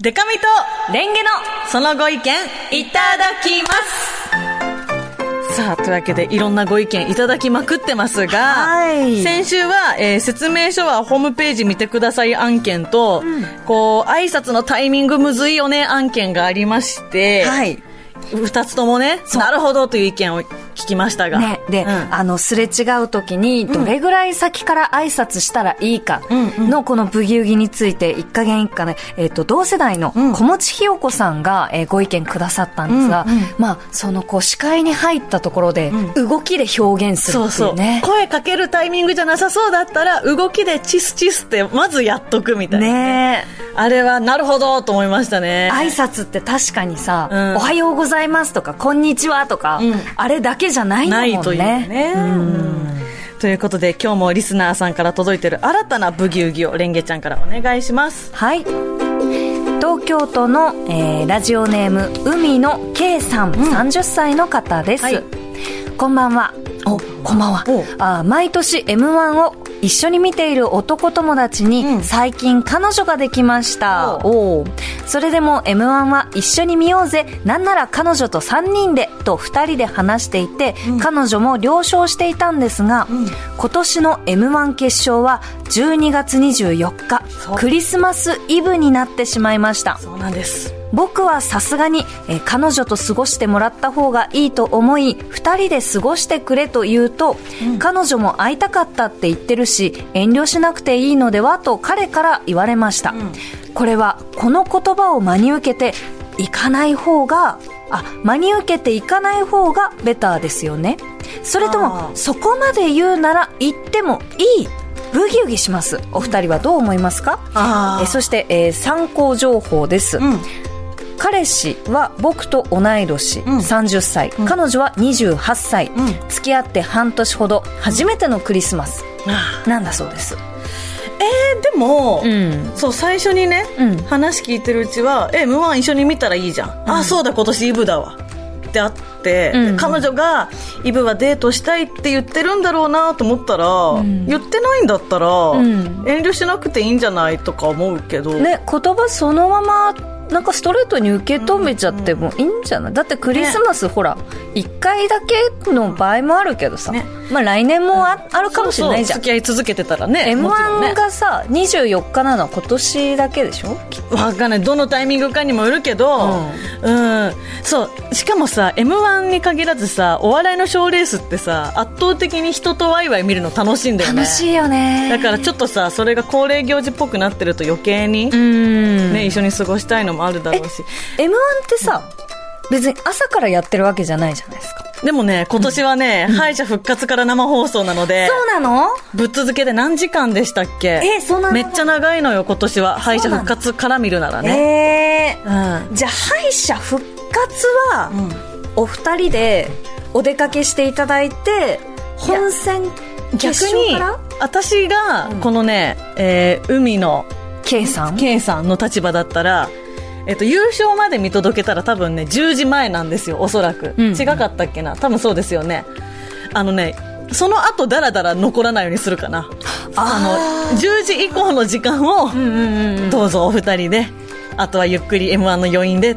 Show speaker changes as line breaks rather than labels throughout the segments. デカミとレンゲのそのご意見いただきますさあ、というわけでいろんなご意見いただきまくってますが、
はい
先週は、えー説明書はホームページ見てください案件と、こう、挨拶のタイミングむずいよね案件がありまして、
はい。
二つともね、
う
なるほどという意見を聞きましたが。
ね、で、
うん
あの、すれ違う時に、どれぐらい先から挨拶したらいいか
うんうん
の、このブギウギについて、一加減一加ね、えっ、と、同世代の
うん
小持ひよこさんが、えーご意見くださったんですが、
うんうん
まあ、その、こう、視界に入ったところで、動きで表現する
そう
ってい
そうう
ね。
声かけるタイミングじゃなさそうだったら、動きでチスチスって、まずやっとくみたいな。
ね
あれは、なるほどと思いましたね。
挨拶って確かにさ、
うん
おはようございますとか、こんにちはとか、
うん
あれだけじゃないんだも
なん
ね。
いというね。うんということで、今日もリスナーさんから届いてる新たなブギウギをレンゲちゃんからお願いします。
はい。東京都の、えーラジオネーム海野圭さん、30歳の方です、
はい
こんばんは。お、こんばんは
お。
あー毎年 M1 を一緒に見ている男友達に、
うん
最近彼女ができました。おおーそれでも M1 は一緒に見ようぜ。なんなら彼女と3人で、と2人で話していて、彼女も了承していたんですが、今年の M1 決勝は12月24日
そう、
クリスマスイブになってしまいました。
そうなんです。
僕はさすがに、えー彼女と過ごしてもらった方がいいと思い二人で過ごしてくれと言うと、彼女も会いたかったって言ってるし遠慮しなくていいのではと彼から言われました、これはこの言葉を真に受けて行かない方があ真に受けて行かない方がベターですよねそれと
あー
もそこまで言うなら行ってもいいブギウギしますお二人はどう思いますか
あ
えそして、えー参考情報です、
うん。
彼氏は僕と同い年、
ん
30歳、彼女は28歳、
ん
付き合って半年ほど初めてのクリスマス
あ
なんだそうです
ーでも、
ん
そう、最初にね、
うん
話聞いてるうちは、え、M1 一緒に見たらいいじゃん。あ、そうだ、今年イブだわ。ってあって、
うんうん
彼女が、イブはデートしたいって言ってるんだろうなと思ったら、
ん
言ってないんだったら、
ん
遠慮しなくていいんじゃないとか思うけど。
ね言葉そのままなんかストレートに受け止めちゃってもいいんじゃないだってクリスマス、ほら1回だけの場合もあるけどさ、
ね
まあ来年もあ,、あるかもしれないじゃ
そうそう
ん
付き合い続けてたらね。
m
もちろんね
1がさ24日なのは今年だけでしょきっと
わかんないどのタイミングかにもよるけど、うんそうしかもさ m 1に限らずさお笑いの賞ーレースってさ圧倒的に人とワイワイ見るの楽しいんだよね
楽しいよね
だからちょっとさそれが恒例行事っぽくなってると余計に、
うん
ね、一緒に過ごしたいのもあるだろうし
M1 ってさ、別に朝からやってるわけじゃないじゃないですか。
でもね今年はね、敗者復活から生放送なので
そうなの
ぶっ続けで何時間でしたっけ
えそんな長
め
い
っちゃ長いのよ今年は敗者復活から見るならね、
えー
うん
じゃあ敗者復活は、
ん
お二人でお出かけしていただいて、本戦決
逆
勝
に
から
私がこのね、えー海の
?K さん
K さんの立場だったら、えっと、優勝まで見届けたら多分ね10時前なんですよおそらく、
うん
違かったっけな多分そうですよねあのねその後ダラダラ残らないようにするかなあの10時以降の時間をどうぞお二人であとはゆっくり m 1の余韻で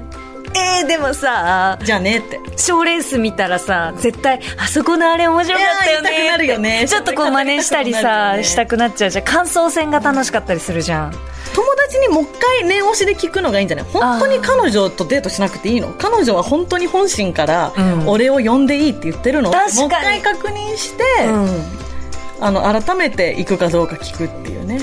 えー、でもさ、
じゃあねって
賞レース見たらさ、絶対、あそこのあれ面白かったよねって。
いやー言いたくなるよね
ちょっとこう真似したり
語りたくなるよ
さ、
ね
したくなっちゃうじゃん。感想戦が楽しかったりするじゃん。
友達にもう一回念押しで聞くのがいいんじゃない本当に彼女とデートしなくていいの彼女は本当に本心から
うん
俺を呼んでいいって言ってるの、
確かに
もう一回確認して、
うん。
あの改めて行くかどうか聞くっていうね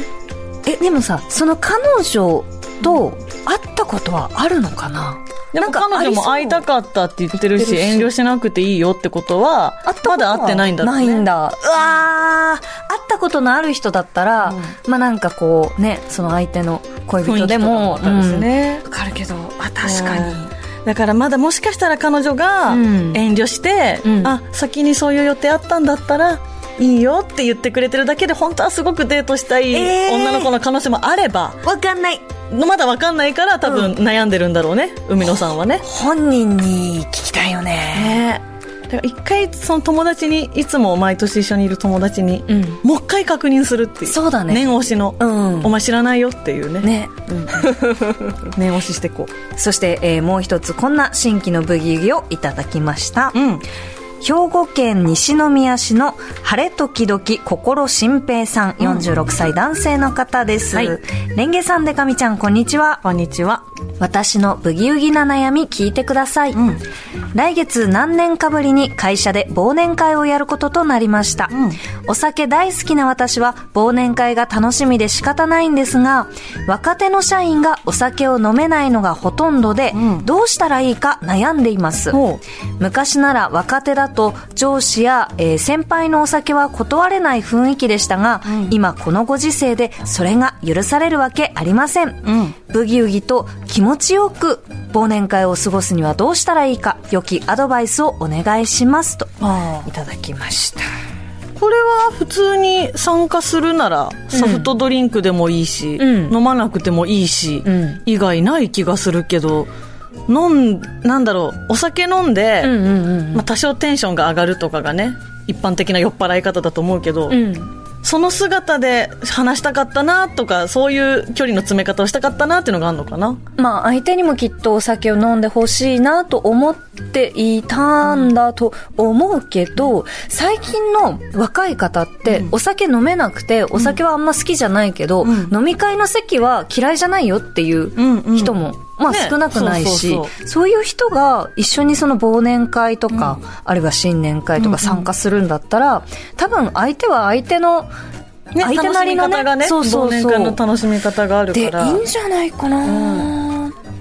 えでもさその彼女と会ったことはあるのかな
でも彼女も会いた
く
かったって言ってる
言っ
し
てるし
遠慮しなくていいよってことはまだ会ってないんだろう
ない
ね
んだうわー会ったことのある人だったら、まあなんかこうねその相手の恋
雰囲
人
気
で
とかも
も
あったですね、
うんわかるけどあ確
うんだからまだもしかしたら彼女が
うん
遠慮して、
うん
あ先にそういう予定あったんだったらいいよって言ってくれてるだけで本当はすごくデートしたい
えー
女の子の可能性もあれば、
わかんない
まだわかんないから多分悩んでるんだろうね、海野さんはね。
本人に聞きたいよね
ねえだから一回その友達にいつも毎年一緒にいる友達に、
うん
もう一回確認するっていう
そうだね
念押しの、
うん
お前知らないよっていうね
ね
念押ししてこ
そして、えーもう一つこんな新規のブギウギをいただきました、
ううん
兵庫県西宮市の晴れ時々心新平さん46歳男性の方です、
はい
レンゲさんでかみちゃんこんにちは
こんにちは
私のブギウギな悩み聞いてください、
ん
来月何年かぶりに会社で忘年会をやることとなりました、
うん
お酒大好きな私は忘年会が楽しみで仕方ないんですが若手の社員がお酒を飲めないのがほとんどで、
うん
どうしたらいいか悩んでいます
ほ
昔なら若手だと上司や、えー先輩のお酒は断れない雰囲気でしたが、
うん
今このご時世でそれが許されるわけありません、
うん
ブギウギと気持ちよく忘年会を過ごすにはどうしたらいいか良きアドバイスをお願いしますと
あ
いただきました
これは普通に参加するならソフトドリンクでもいいし、
うん
飲まなくてもいいし、
うん
以外ない気がするけど飲んなんだろうお酒飲んで、
うんうんうん
まあ、多少テンションが上がるとかがね一般的な酔っ払い方だと思うけど、
うん
その姿で話したかったなとかそういう距離の詰め方をしたかったなっていうのがあるのかな
まあ相手にもきっとお酒を飲んでほしいなと思っていたんだと思うけど、最近の若い方ってお酒飲めなくて、お酒はあんま好きじゃないけど、
うん
飲み会の席は嫌いじゃないよっていう
うんうん
人も、まあ
ね
少なくないし、
そ
そうう
そう
いう人が一緒にその忘年会とか、あるいは新年会とか参加するんだったら、多分相手は相手の、
ね
相手
楽
な
し
り
み
のね
方がね
そうそうそう
忘年会の楽しみ方がある
でい
から
いんじゃないかな、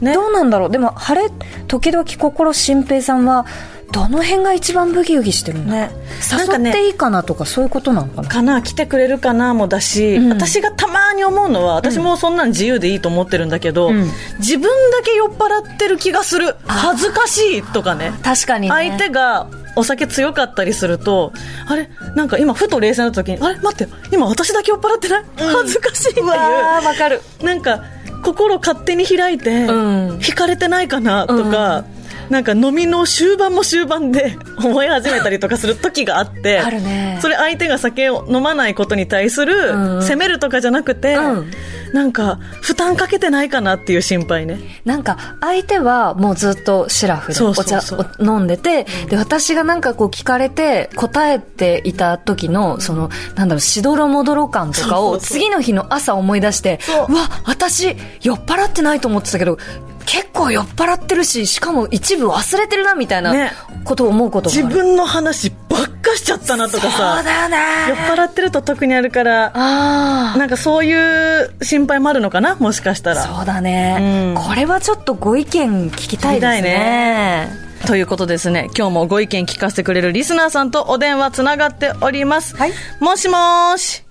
ね
どうなんだろうでも晴れ時々心心平さんはどの辺が一番ブギウギしてるんだ、
ねなんか
誘っ
ね
ていいかなとかそういうことなのかな
かな来てくれるかなもだし、
うん
私がたまに思うのは私もそんなん自由でいいと思ってるんだけど、
うん
自分だけ酔っ払ってる気がする恥ずかしいとかね
確かに、ね、
相手がお酒強かったりするとあれなんか今ふと冷静な時にあれ待って今私だけ酔っ払ってない恥ずかしいっていう,、
わーわかる
なんか心勝手に開いて、
うん
引かれてないかなとか、なんか飲みの終盤も終盤で 思い始めたりとかする時があって
あるね
それ相手が酒を飲まないことに対する
うん
責めるとかじゃなくて、
うん
なんか負担かけてないかなっていう心配ね
なんか相手はもうずっとシラフで
そう
お
そう
茶
そう
を飲んでてで私がなんかこう聞かれて答えていた時のそのなんだろうしどろもどろ感とか
そう
を
そうそう
次の日の朝思い出して
そう
うわ私酔っ払ってないと思ってたけど結構酔っ払ってるししかも一部忘れてるなみたいな
ね
ことを思うことがあ
自
る、
分の話ばっかしちゃったなとかさ
そうだよね
酔っ払ってると特にあるから
ああ
なんかそういう心配もあるのかなもしかしたら
そうだね、
うん
これはちょっとご意見聞きた
聞き
いです
たい
ね
ということですね今日もご意見聞かせてくれるリスナーさんとお電話つながっております、
はい
もしもーし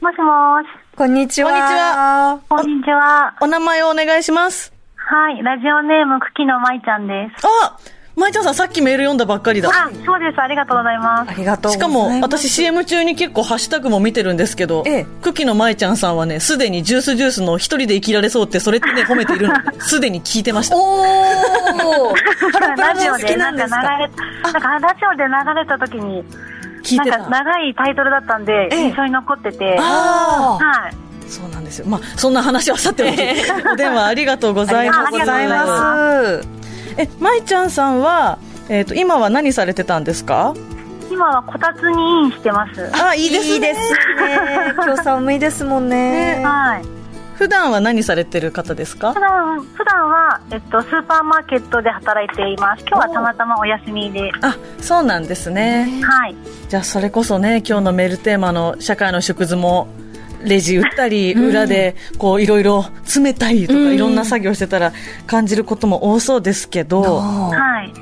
もしもーし。
こんにちは
こんにちは
こんにちは。
お名前をお願いします
はい。ラジオネーム、茎のまいちゃんです。
あまいちゃんさんさっきメール読んだばっかりだ
あ、そうです。ありがとうございます
あ。りがとうご
し
ざ
か
います
も私 CM 中に結構ハッシュタグも見てるんですけど、
ええ
クキのまいちゃんさんはねすでにジュースジュースの一人で生きられそうってそれってね褒めているのねすでに聞いてました
おお
ラジオでなんか流れ、なんかラジオで流れた時に、
聞いて
なんか
た
長いタイトルだったんで、
ええ
印象に残ってて。は
あー
い。
そうなんですよまあそんな話はさておき、お電話ありがとうございます
ありがとうございます
す
えまいちゃんさんはえっ、と今は何されてたんですか
今はこたつにインしてます。
あいいですね
いいですね今日寒いですもんね
はい。
普段は何されてる方です
普
か
段、普段は、えっと、スーパーマーケットで働いています。今日はたまたまお休みで。
あそうなんですね
はい。
じゃあそれこそね今日のメールテーマの社会の縮図もレジ打ったり裏でこういろいろ詰めたりとか
うん
いろんな作業してたら感じることも多そうですけど
あ
はい。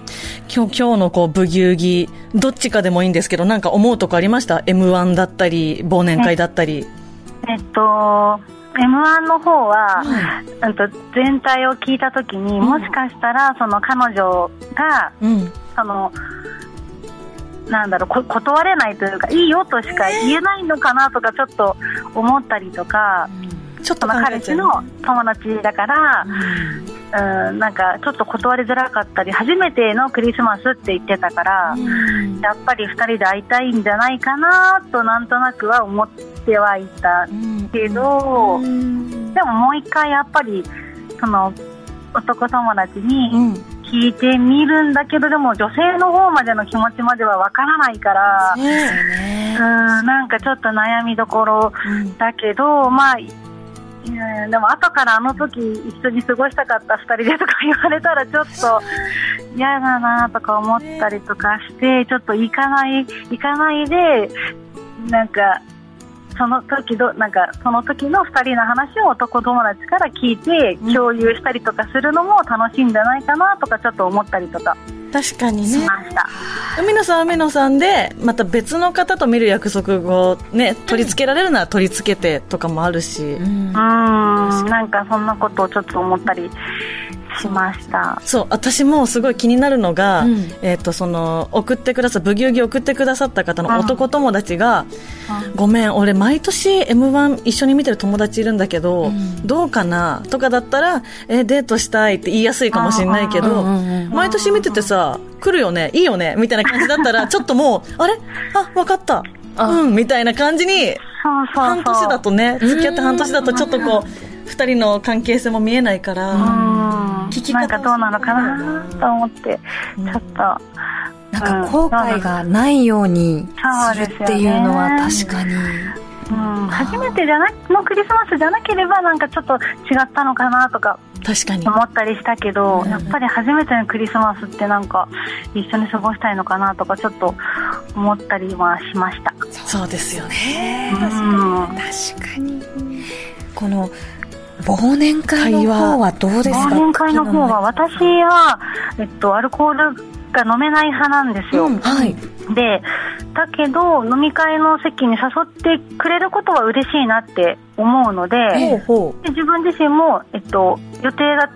今日今日のこうブギウギどっちかでもいいんですけどなんか思うとこありました m 1だったり忘年会だったり
えっと、M1 の方は、うんと全体を聞いたときに、もしかしたらその彼女が
うん
そのなんだろうこ断れないというかいいよとしか言えないのかなとかちょっと思ったりとか、
ちょっ
そ
と
の
考え
彼
ちゃ
氏
う
の友達だから、うん、なんかちょっと断りづらかったり初めてのクリスマスって言ってたから、やっぱり2人で会いたいんじゃないかなとなんとなくは思ってはいたけど、でももう一回やっぱりその男友達に
ん、
聞いてみるんだけどでも女性の方までの気持ちまではわからないから、
ね
うん、なんかちょっと悩みどころだけど、まあ、うん、でも後からあの時一緒に過ごしたかった2人でとか言われたらちょっと嫌だなとか思ったりとかしてちょっと行かない行かないでなんかその時どなんかその時の2人の話を男友達から聞いて
うん
共有したりとかするのも楽しいんじゃないかなとかちょっと思ったりとか
確かに
し
ね
ました。
海野さんは海野さんでまた別の方と見る約束を、ね、取り付けられるなら取り付けてとかもあるし、
うん
うーん、なんかそんなことをちょっと思ったりしました。
そう私もすごい気になるのが、
うん
えっとその送ってくださったブギウギ送ってくださった方の男友達が、ごめん俺毎年 m 1一緒に見てる友達いるんだけど、
ん
どうかなとかだったらえデートしたいって言いやすいかもしれないけど、
うんうんうん
毎年見ててさ来るよねいいよねみたいな感じだった らちょっともうあれあ分かった
あ
うんみたいな感じに
そうそうそう。
半年だとね付き合って半年だとちょっとこう2人の関係性も見えないか
う
ら、
ん
聞き方
なんかどうなのかなと思って、
うん
ちょっと、
なんか後悔がないようにするっていうのは確かに。
うん、初めてじゃなのクリスマスじゃなければなんかちょっと違ったのかなとか
確かに
思ったりしたけど、やっぱり初めてのクリスマスってなんか一緒に過ごしたいのかなとかちょっと思ったりはしました。
そうですよね
ね
うん
確かに。この忘年会の方はどうですか
忘年会の方は私は、えっと、アルコールが飲めない派なんですよ、
はい。
でだけど飲み会の席に誘ってくれることは嬉しいなって思うので
ほうほ
で自分自身も、えっと、予定が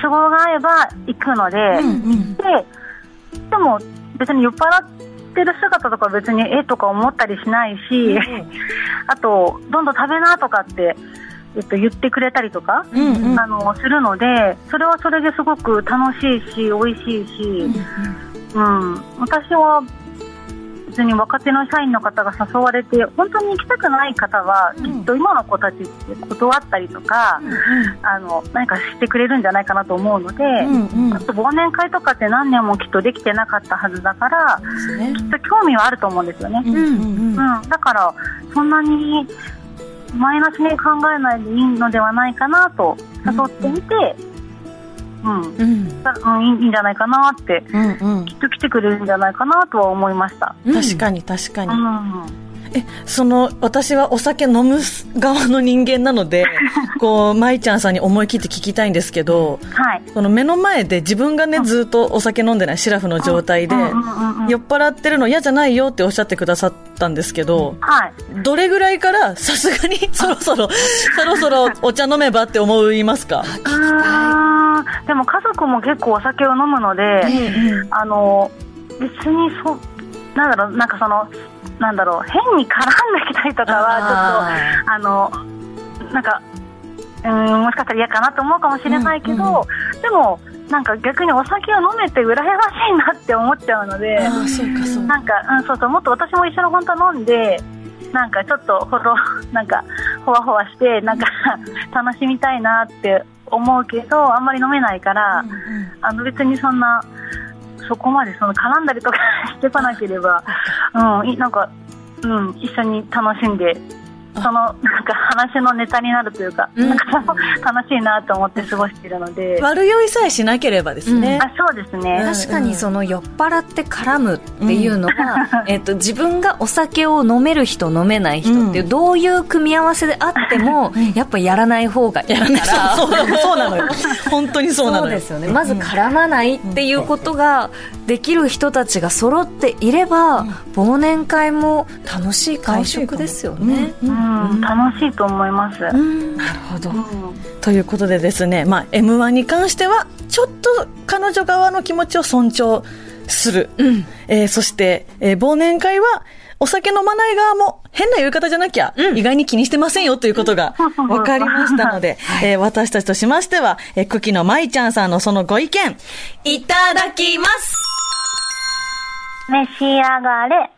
都合が合えば行くので、
う、うんうん、
ででも別に酔っ払ってる姿とか別にえとか思ったりしないし、 あとどんどん食べなとかって、えっと、言ってくれたりとか、
うんうん
あのするのでそれはそれですごく楽しいし美味しいし、うん私は別に若手の社員の方が誘われて本当に行きたくない方は、きっと今の子たちって断ったりとか、あの何かしてくれるんじゃないかなと思うので。
うんうん
あと忘年会とかって何年もきっとできてなかったはずだから
ですね
きっと興味はあると思うんですよね、
うんうんうん
うん、だからそんなにマイナスに考えないでいいのではないかなと誘ってみて、うんうん
うん。
いいいいんじゃないかなって
うんうん
きっと来てくれるんじゃないかなとは思いました、
確かに確か
う
に、
ん
えその私はお酒飲む側の人間なの でこう舞ちゃんさんに思い切って聞きたいんですけど
はい、
この目の前で自分がねずっとお酒飲んでないシラフの状態で
うんうんうんうん
酔っ払ってるの嫌じゃないよっておっしゃってくださったんですけど、
はい、
どれぐらいからさすがにそろそろ、そろそろお茶飲めばって思いますか
うーんでも家族も結構お酒を飲むので、あの別にそなんだろうなんかそのなんだろう変に絡んできたりとかはちょっとあのなんかうんもしかしたら嫌かなと思うかもしれないけど、でもなんか逆にお酒を飲めて羨ましいなって思っちゃうので
ああ、そうかそうか。
なんかうんそうそうもっと私も一緒の本当は飲んでなんかちょっとほど なんかほわほわしてなんか楽しみたいなって思うけどあんまり飲めないから。あの別にそんな、そこまでその絡んだりとか してこなければ、うん、いなんか、うん、一緒に楽しんで、そのなんか話のネタになるというか、
うん
なんかその楽しいなと思って過ごしているので、あ
悪酔いさえしなければですね。
そうですね、
確かにその酔っ払って絡むっていうのは、えっと、自分がお酒を飲める人飲めない人っていう、
うん
どういう組み合わせであっても、やっぱやらない方がいいから。
そうそうそうなのよ。 本当にそうな
そ
の
う
よ。
ですよね。まず絡まないっていうことができる人たちが揃っていれば、忘年会も楽しい会食ですよね。
うん楽しいと思います。うん
うん
なるほど。ということでですね、まあ、m 1に関してはちょっと彼女側の気持ちを尊重する、えーそして、えー忘年会はお酒飲まない側も変な言い方じゃなきゃ、意外に気にしてませんよということ が
そうそうそう
分かりましたので、えー私たちとしましては、えー、クキのまいちゃんさんのそのご意見、
いただきます
召し上がれ。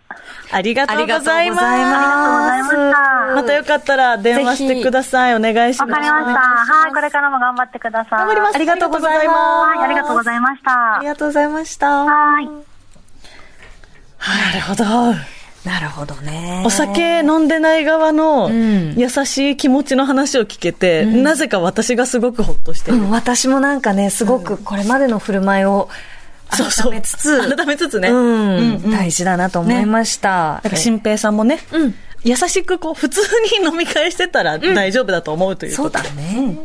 ありがと
あ
う
り
ご
がとうご
ざ
ざ
い
い
ま。
ますす。
ありがとうございました
またよかったら電話し
ぜ
て
ひ
ください。お願いしま
わ
す。
かりました。はい、これからも頑張ってください。
頑張ります。
ありがとうございます
はい、ありがとうございました。
ありがとうございました。
はい。
なるほど。
なるほどね。
お酒飲んでない側の
ん
優しい気持ちの話を聞けて、なぜか私がすごくほっとして
う
る。
ん、私もなんかね、すごくこれまでの振る舞いを
そうそう
改めつつ、
改めつつね。
うん
うんうん
大事だなと思いました。
なんか新平さんもね、
うん
優しくこう、普通に 飲み会してたら大丈夫だと思うという
そ
こ
う
と
だ
で。
ね。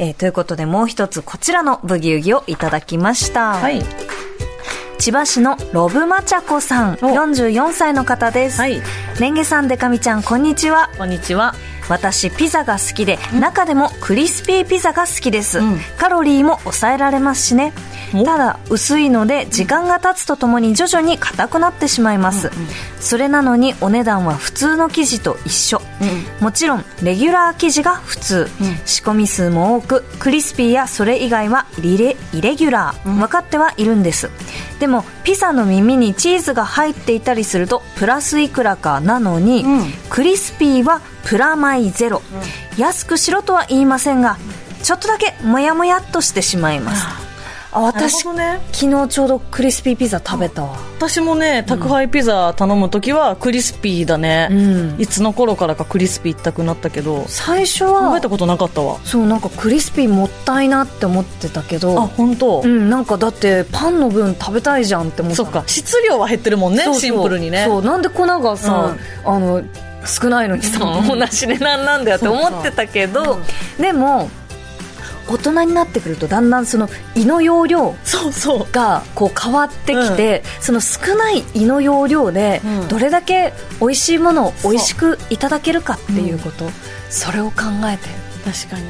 えーということでもう一つこちらのブギウギをいただきました。
はい。
千葉市のロブマチャコさん、
お
44歳の方です。
はい。
レンゲさん、デカミちゃん、こんにちは。
こんにちは。
私ピザが好きで、中でもクリスピーピザが好きです、
ん
カロリーも抑えられますしね
お
ただ薄いので時間が経つとともに徐々に硬くなってしまいます、それなのにお値段は普通の生地と一緒、もちろんレギュラー生地が普通、仕込み数も多くクリスピーやそれ以外はリレイレギュラー、分かってはいるんですでもピザの耳にチーズが入っていたりするとプラスいくらかなのに、クリスピーはプラマイゼロ、安くしろとは言いませんがちょっとだけモヤモヤっとしてしまいますあ
な
私
るほどね
昨日ちょうどクリスピーピザ食べたわ
私もね宅配ピザ頼む時はクリスピーだね、
うん
いつの頃からかクリスピー一択になったけど
最初
考
は
えたことなかったわ
そうなんかクリスピーもったいなって思ってたけ
あ
ど
本当、
うんなんかだってパンの分食べたいじゃんって思った
そっか質量は減ってるもんね
そうそう
シンプルにね
そうなんで粉がさ、あの少ないのにさ、同じ値段なんだよって思ってたけど、でも大人になってくるとだんだんその胃の容量
そうそう
がこう変わってきて、その少ない胃の容量で
うん
どれだけ美味しいものを美味しくいただけるかっていうこと、それを考えて、
確かに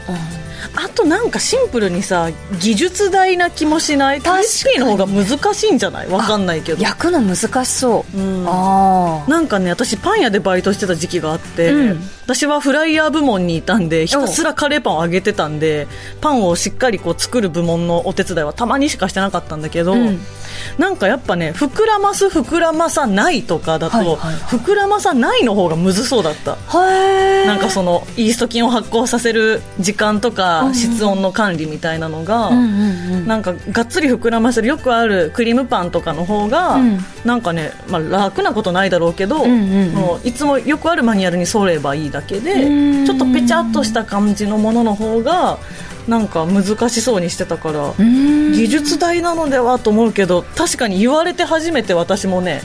あとなんかシンプルにさ技術代な気もしないク
確か
リ
に
スピーの方が難しいんじゃないわかんないけど
焼くの難しそう、
うん
ああ
なんかね私パン屋でバイトしてた時期があって、
うん
私はフライヤー部門にいたんでひたすらカレーパンを揚げてたんでパンをしっかりこう作る部門のお手伝いはたまにしかしてなかったんだけど、
うん
なんかやっぱね膨らます膨らまさないとかだと、
はいはいはい
膨らまさないの方がむずそうだった。
へえ
なんかそのイースト菌を発酵させる時間とか室温の管理みたいなのが、
うんうんうん
なんかがっつり膨らませるよくあるクリームパンとかの方が、
うん
なんかね、まあ、楽なことないだろうけど、
うんうんうん
もういつもよくあるマニュアルに沿ればいいだけ
う
で
ん
ちょっとぺちゃっとした感じのものの方がなんか難しそうにしてたから
うーん
技術代なのではと思うけど確かに言われて初めて私もね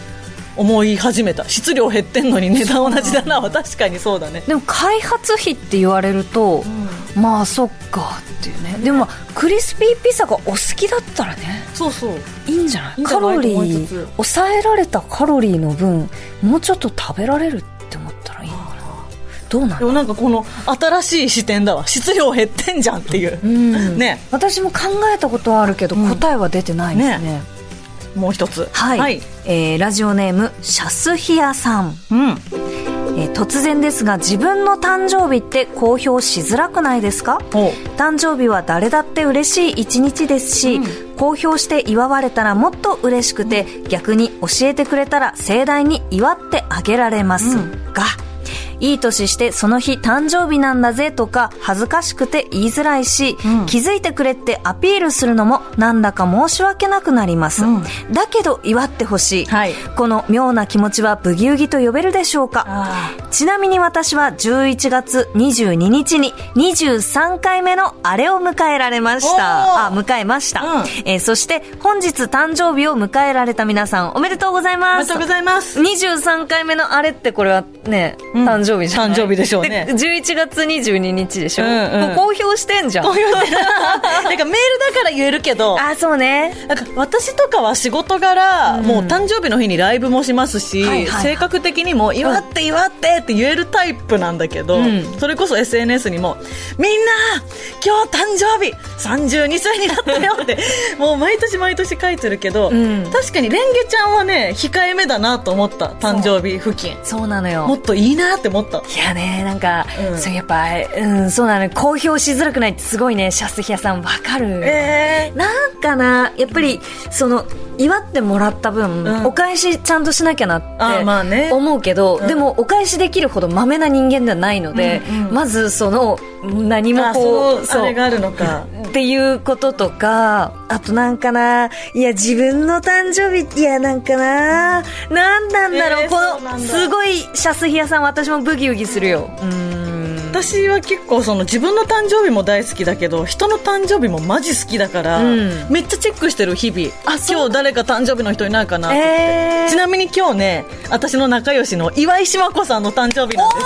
思い始めた質量減ってんのに値段同じだなは確かにそうだね。
でも開発費って言われると、まあそっかっていうねでもまあクリスピーピザがお好きだったらね
そうそう
いいんじゃない
いいんじゃ
カ
ない
ロリ
と思いつ
ー
つ
抑えられたカロリーの分もうちょっと食べられるって思ったらいいのかなどうな
で
の
もなんかこの新しい視点だわ質量減ってんじゃんっていう、
うん
ね
私も考えたことはあるけど、答えは出てないですね
ねもう一つ
はい、えーラジオネームシャスヒヤさん
うん
えー突然ですが自分の誕生日って公表しづらくないですか
お
誕生日は誰だって嬉しい一日ですし、公表して祝われたらもっと嬉しくて、逆に教えてくれたら盛大に祝ってあげられます、がいい年してその日誕生日なんだぜとか恥ずかしくて言いづらいし、気づいてくれってアピールするのもなんだか申し訳なくなります、だけど祝ってほしい、
はい
この妙な気持ちはブギウギと呼べるでしょうかちなみに私は11月22日に23回目のあれを迎えられました。あ、
お
迎えました。
うん
えーそして本日誕生日を迎えられた皆さんおめでとうござい
おめ
ま
です とう。ございます
23回目のあれってこれはね、誕生日じゃない
誕生日でしょうね
で11月22日でしょ、
うんうん
もう公表してんじゃん
こういうねなんかメールだから言えるけど
あそうね
なんか私とかは仕事柄、
うん
もう誕生日の日にライブもしますし、
はいはいはい
性格的にも祝って祝ってって言えるタイプなんだけど、
うん
それこそ SNS にもみんな今日誕生日32歳になったよ ってもう毎年毎年書いてるけど、
うん
確かにレンゲちゃんはね控えめだなと思った誕生日付近
そうなのよ
もっといいなって思った
いやね、なんか、
うん
そうやっぱ、うん、そうなの、公表しづらくないってすごいね、シャスヒヤさん、わかる。
え
なんかな、やっぱり、その、祝ってもらった分、
うん
お返しちゃんとしなきゃな
あまあ
っ
ね
て思うけど、
うん
でも、お返しできるほどまめな人間ではないので、
うんうん
まず、その、何も
あそ
こ
う
う、
それがあるのか
っていうこととか、あとなんかな、いや、自分の誕生日、いや、なんかな、なんなんだろう、
えーそう
こ
な
の、
んだ
すごい、シャスヒヤさん、私もブギウギするよ。
私は結構その自分の誕生日も大好きだけど人の誕生日もマジ好きだから、
うん
めっちゃチェックしてる日々
あそう
今日誰か誕生日の人いないかなって、
えー
ちなみに今日ね私の仲良しの岩井島子さんの誕生日なんです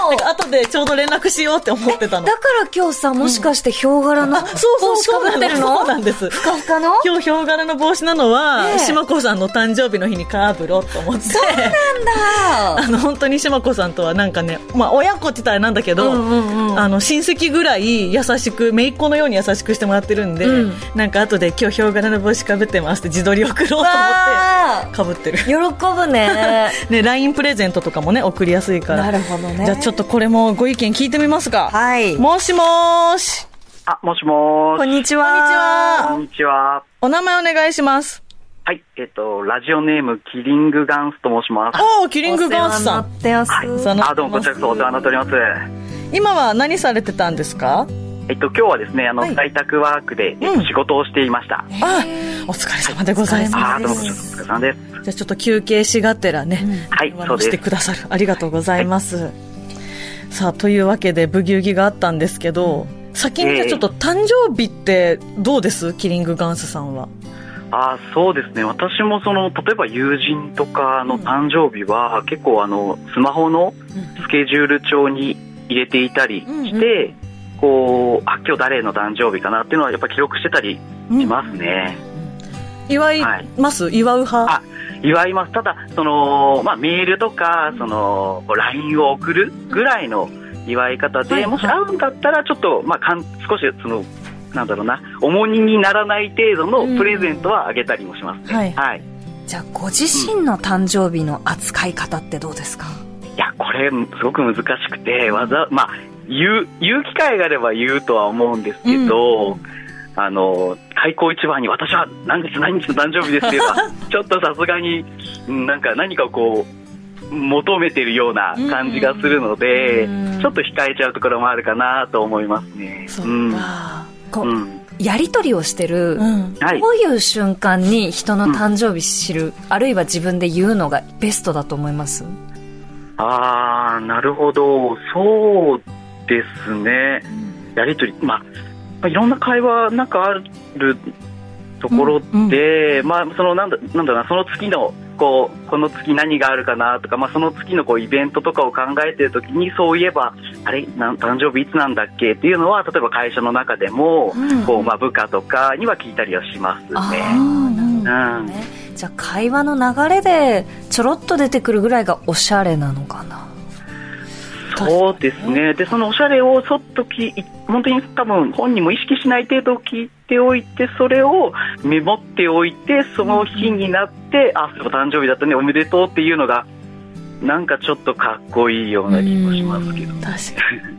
おー
なんか後でちょうど連絡しようって思ってたの
だから今日さ、もしかしてヒョウ柄の
あそうそう
帽子かぶってるの
そうなんです
ふかふかの
今日ヒョウ柄の帽子なの
え
は、
え
島子さんの誕生日の日にかぶろうと思って
そうなんだ
あの本当に島子さんとはなんかね、まあ、親子って言ったらなんだけど、
うんうんうん
あの親戚ぐらい優しく姪っ子のように優しくしてもらってるんで、
うん
なんか後で今日ヒョウ柄の帽子かぶってますって自撮り送ろうと思って
わ
かぶってる
ー喜ぶね
ね LINE プレゼントとかもね送りやすいから
なるほどね
じゃあちょっとこれもご意見聞いてみますか
はい
もしもーし
あ、もしも
こ
ー
ん
し。
こん
にち
にち
は
こ
は
んにちは。
お名前お願いします
はい、えっ、と、ラジオネーム、キリングガンスと申します。
おおキリングガース
お世
さん
話になってます、
はい
さん
あ、どうも、こちらこそお世話になっております。
今は何されてたんですか
えっ、と、今日はですね、あの、
はい
在宅ワークで、えっと
うん
仕事をしていました。
あお疲れ様でございます
あー、どうも、
お
こ
疲
ち
れ様です
らこそお疲れ様です。
じゃあちょっと休憩しがてらね、
はい
電話
そ
も
うです
してくださるありがとうございます、さあというわけでブギウギがあったんですけど先にじゃあちょっと誕生日ってどうですキリングガンスさんは
あー、そうですね。私も、その、例えば友人とかの誕生日は、結構、あの、スマホのスケジュール帳に入れていたりして、こう、あ、今日誰の誕生日かなっていうのは、やっぱ記録してたりしますね。
祝います、祝う派
あ祝いますただその、まあ、メールとかそのこう LINE を送るぐらいの祝い方で、
はいはい
もし会うんだったらちょっと、まあ、かん少しそのなんだろうな重荷にならない程度
うん
のプレゼントはあげたりもしますね、
はい
はい、い
じゃあご自身の誕生日の扱い方ってどうですか、
やこれすごく難しくてわざ、まあ、言う言う機会があれば言うとは思うんですけど、あの開口一番に私は何月何日の誕生日ですって言えばちょっとさすがにうんなんか何かをこう求めてるような感じがするので、
うん
ちょっと控えちゃうところもあるかなと思いますね。
そううんか
こう
うん
やり取りをしてる、
うん
はい
どういう瞬間に人の誕生日知る、あるいは自分で言うのがベストだと思います
ああ、なるほど。そうですね。やりとり、まあまあ、いろんな会話なんかあるところで、まあ、その、なんだ、なんだろうな、その月の、こう、この月何があるかなとか、まあ、その月のこう、イベントとかを考えてるときに、そういえば、あれ、なん誕生日いつなんだっけっていうのは、例えば会社の中でも、こう、まあ、部下とかには聞いたりはします
あ
ね。
あなるほど
うん。
ねじゃあ会話の流れでちょろっと出てくるぐらいがおしゃれなのかな
そうですね、でそのおしゃれをそっとき、本当に多分本人も意識しない程度聞いておいて、それをメモっておいて、その日になって、あ、そういえば誕生日だったね、おめでとうっていうのが、なんかちょっとかっこいいような気もしますけど、
確かに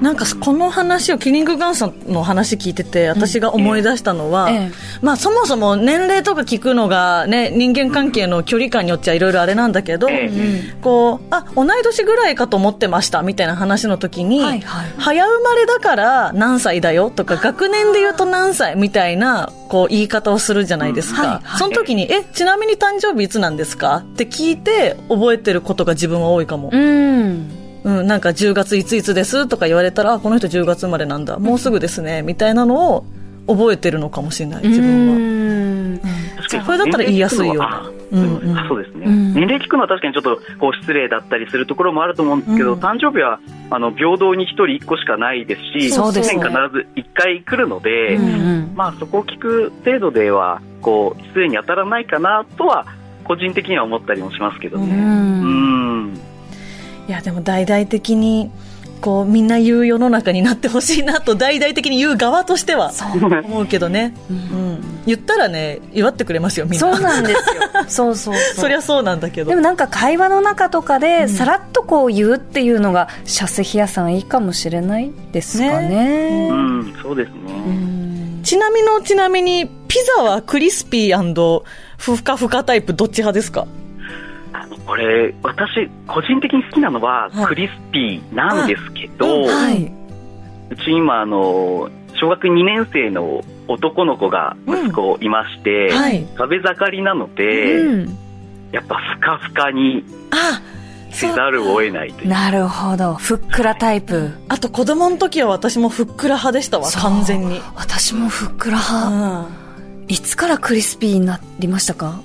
なんかこの話をキリングガンスさんの話聞いてて私が思い出したのは、
ええ
まあ、そもそも年齢とか聞くのが、ね、人間関係の距離感によっちゃいろいろあれなんだけど、
ええ
こうあ同い年ぐらいかと思ってましたみたいな話の時に、
はいはい
早生まれだから何歳だよとか学年で言うと何歳みたいなこう言い方をするじゃないですか、
うんはいはい
その時にえちなみに誕生日いつなんですかって聞いて覚えてることが自分は多いかも、
うん
うん、なんか10月いついつですとか言われたらあこの人10月生まれなんだもうすぐですねみたいなのを覚えてるのかもしれない自分は。
分は
確かに
これだったら言いやすいよね
年齢聞く
う
のは
んうん
あそうですね、
うん
年齢聞くのは確かにちょっとこう失礼だったりするところもあると思うんですけど、
うん
誕生日はあの平等に1人1個しかないですし、
そうですね
1年必ず1回来るので、
うんうん
まあ、そこを聞く程度ではこう失礼に当たらないかなとは個人的には思ったりもしますけど
う
ね。うんん
いやでも大々的にこうみんな言う世の中になってほしいなと大々的に言う側としては
そう
思うけどね、うん、言ったらね祝ってくれますよみんな
そうなんですよそうそうそう
そりゃそうなんだけど
でもなんか会話の中とかで
ん
さらっとこう言うっていうのがシャスヒヤさんいいかもしれないですかね
うん、そうですね、
うん
ちなみのちなみにピザはクリスピーふかふかタイプどっち派ですか
あのこれ私個人的に好きなのは
はい
クリスピーなんですけど、
あ
はいう
ち今あの小学2年生の男の子が息子いまして、
はい
食べ盛りなので、
うん
やっぱふかふかに
あ
せざるを得ないという
なるほどふっくらタイプ
あと子供の時は私もふっくら派でしたわ
そう
完全に
私もふっくら
う
派
ん
いつからクリスピーになりましたか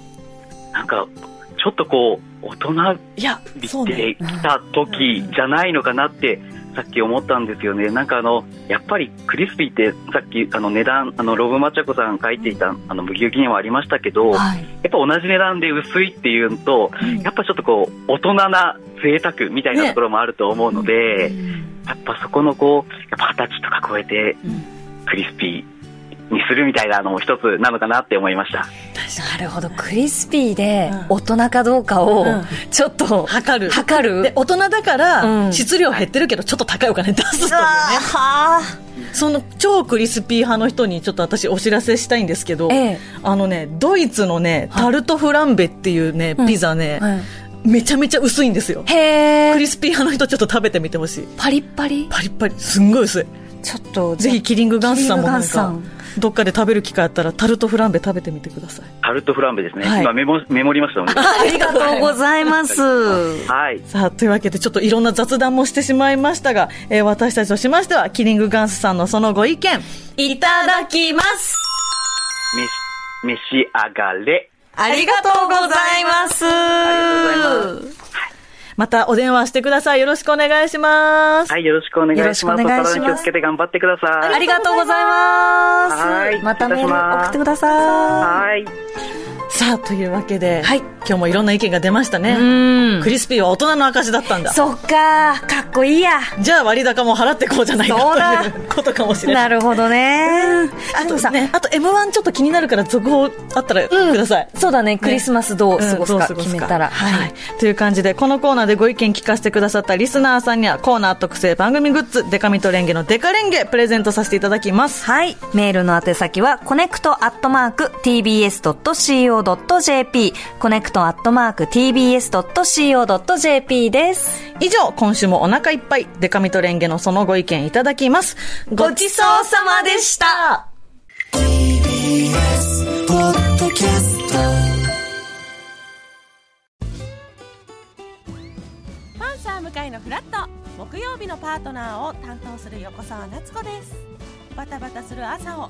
なんかちょっとこう大人
いや
び
そうね
てきた時じゃないのかなってさっき思ったんですよねなんかあのやっぱりクリスピーってさっきあの値段あのロブ・マチャコさんが書いていたあのブギウギにもありましたけど、
はい
やっぱ同じ値段で薄いっていうのと、やっぱちょっとこう、大人な贅沢みたいなところもあると思うので、やっぱそこのこう、やっぱ二十歳とか超えて、クリスピーにするみたいなのも一つなのかなって思いました。
なるほどクリスピーで
うん
大人かどうかを
うん
ちょっと
測る
測る
で大人だか
う
ら
ん
質量減ってるけどちょっと高いお金出すというね
は
その超クリスピー派の人にちょっと私お知らせしたいんですけど、
ええ
あのねドイツのね
はい
タルトフランベっていうね
うん
ピザね、
はい
めちゃめちゃ薄いんですよ
へ
ク
え
リスピー派の人ちょっと食べてみてほしい
パリッパリ
パリッパリすんごい薄い
ちょっと
ぜひキリングガンスさんもなん
キリングガ
か
ン
どっかで食べる機会あったらタルトフランベ食べてみてください
タルトフランベですね。
はい
今メモ、メモりましたもんね。
ありがとうございます。
はい。
さあというわけでちょっといろんな雑談もしてしまいましたが、えー私たちとしましてはキリングガンスさんのそのご意見
いただきます。
召し、召し上がれ。
ありがとうございます。
がとうご
またお電話してくださいよろしくお願いします、
はい、よろしくお願いし
よ
ます。
ろしくお願いします
体に気をつけて頑張ってください。
ありがとうございま
はい
す。またメー
いたしま
ル
す
送ってくださ
はい。
さあというわけで、
はい
今日もいろんな意見が出ました
い。
ね
うん
ク。リスピーは大人の証だったんだ
そっか、かっこいいや。
じゃあ割高も払ってこうじゃない
そう
か
だ
という ことかもしれない
なるほどね。あ、でもさ、
ね、あと m 1ちょっと気になるから続報あったらください、
そうだね、クリスマスどう過ごすか
うんどう過ご
決めたら。
はいという感じでこのコーナーでご意見聞かせてくださったリスナーさんにはコーナー特製番組グッズデカミとレンゲのデカレンゲプレゼントさせていただきます
はい。メールの宛先は、コネクトアットマーク tbs.co.jp、コネクトアットマーク tbs.co.jp です。
以上今週もお腹いっぱいデカミとレンゲのそのご意見いただきますごちそうさまでした
パンサー向かいのフラット木曜日のパートナーを担当する横澤夏子ですバタバタする朝を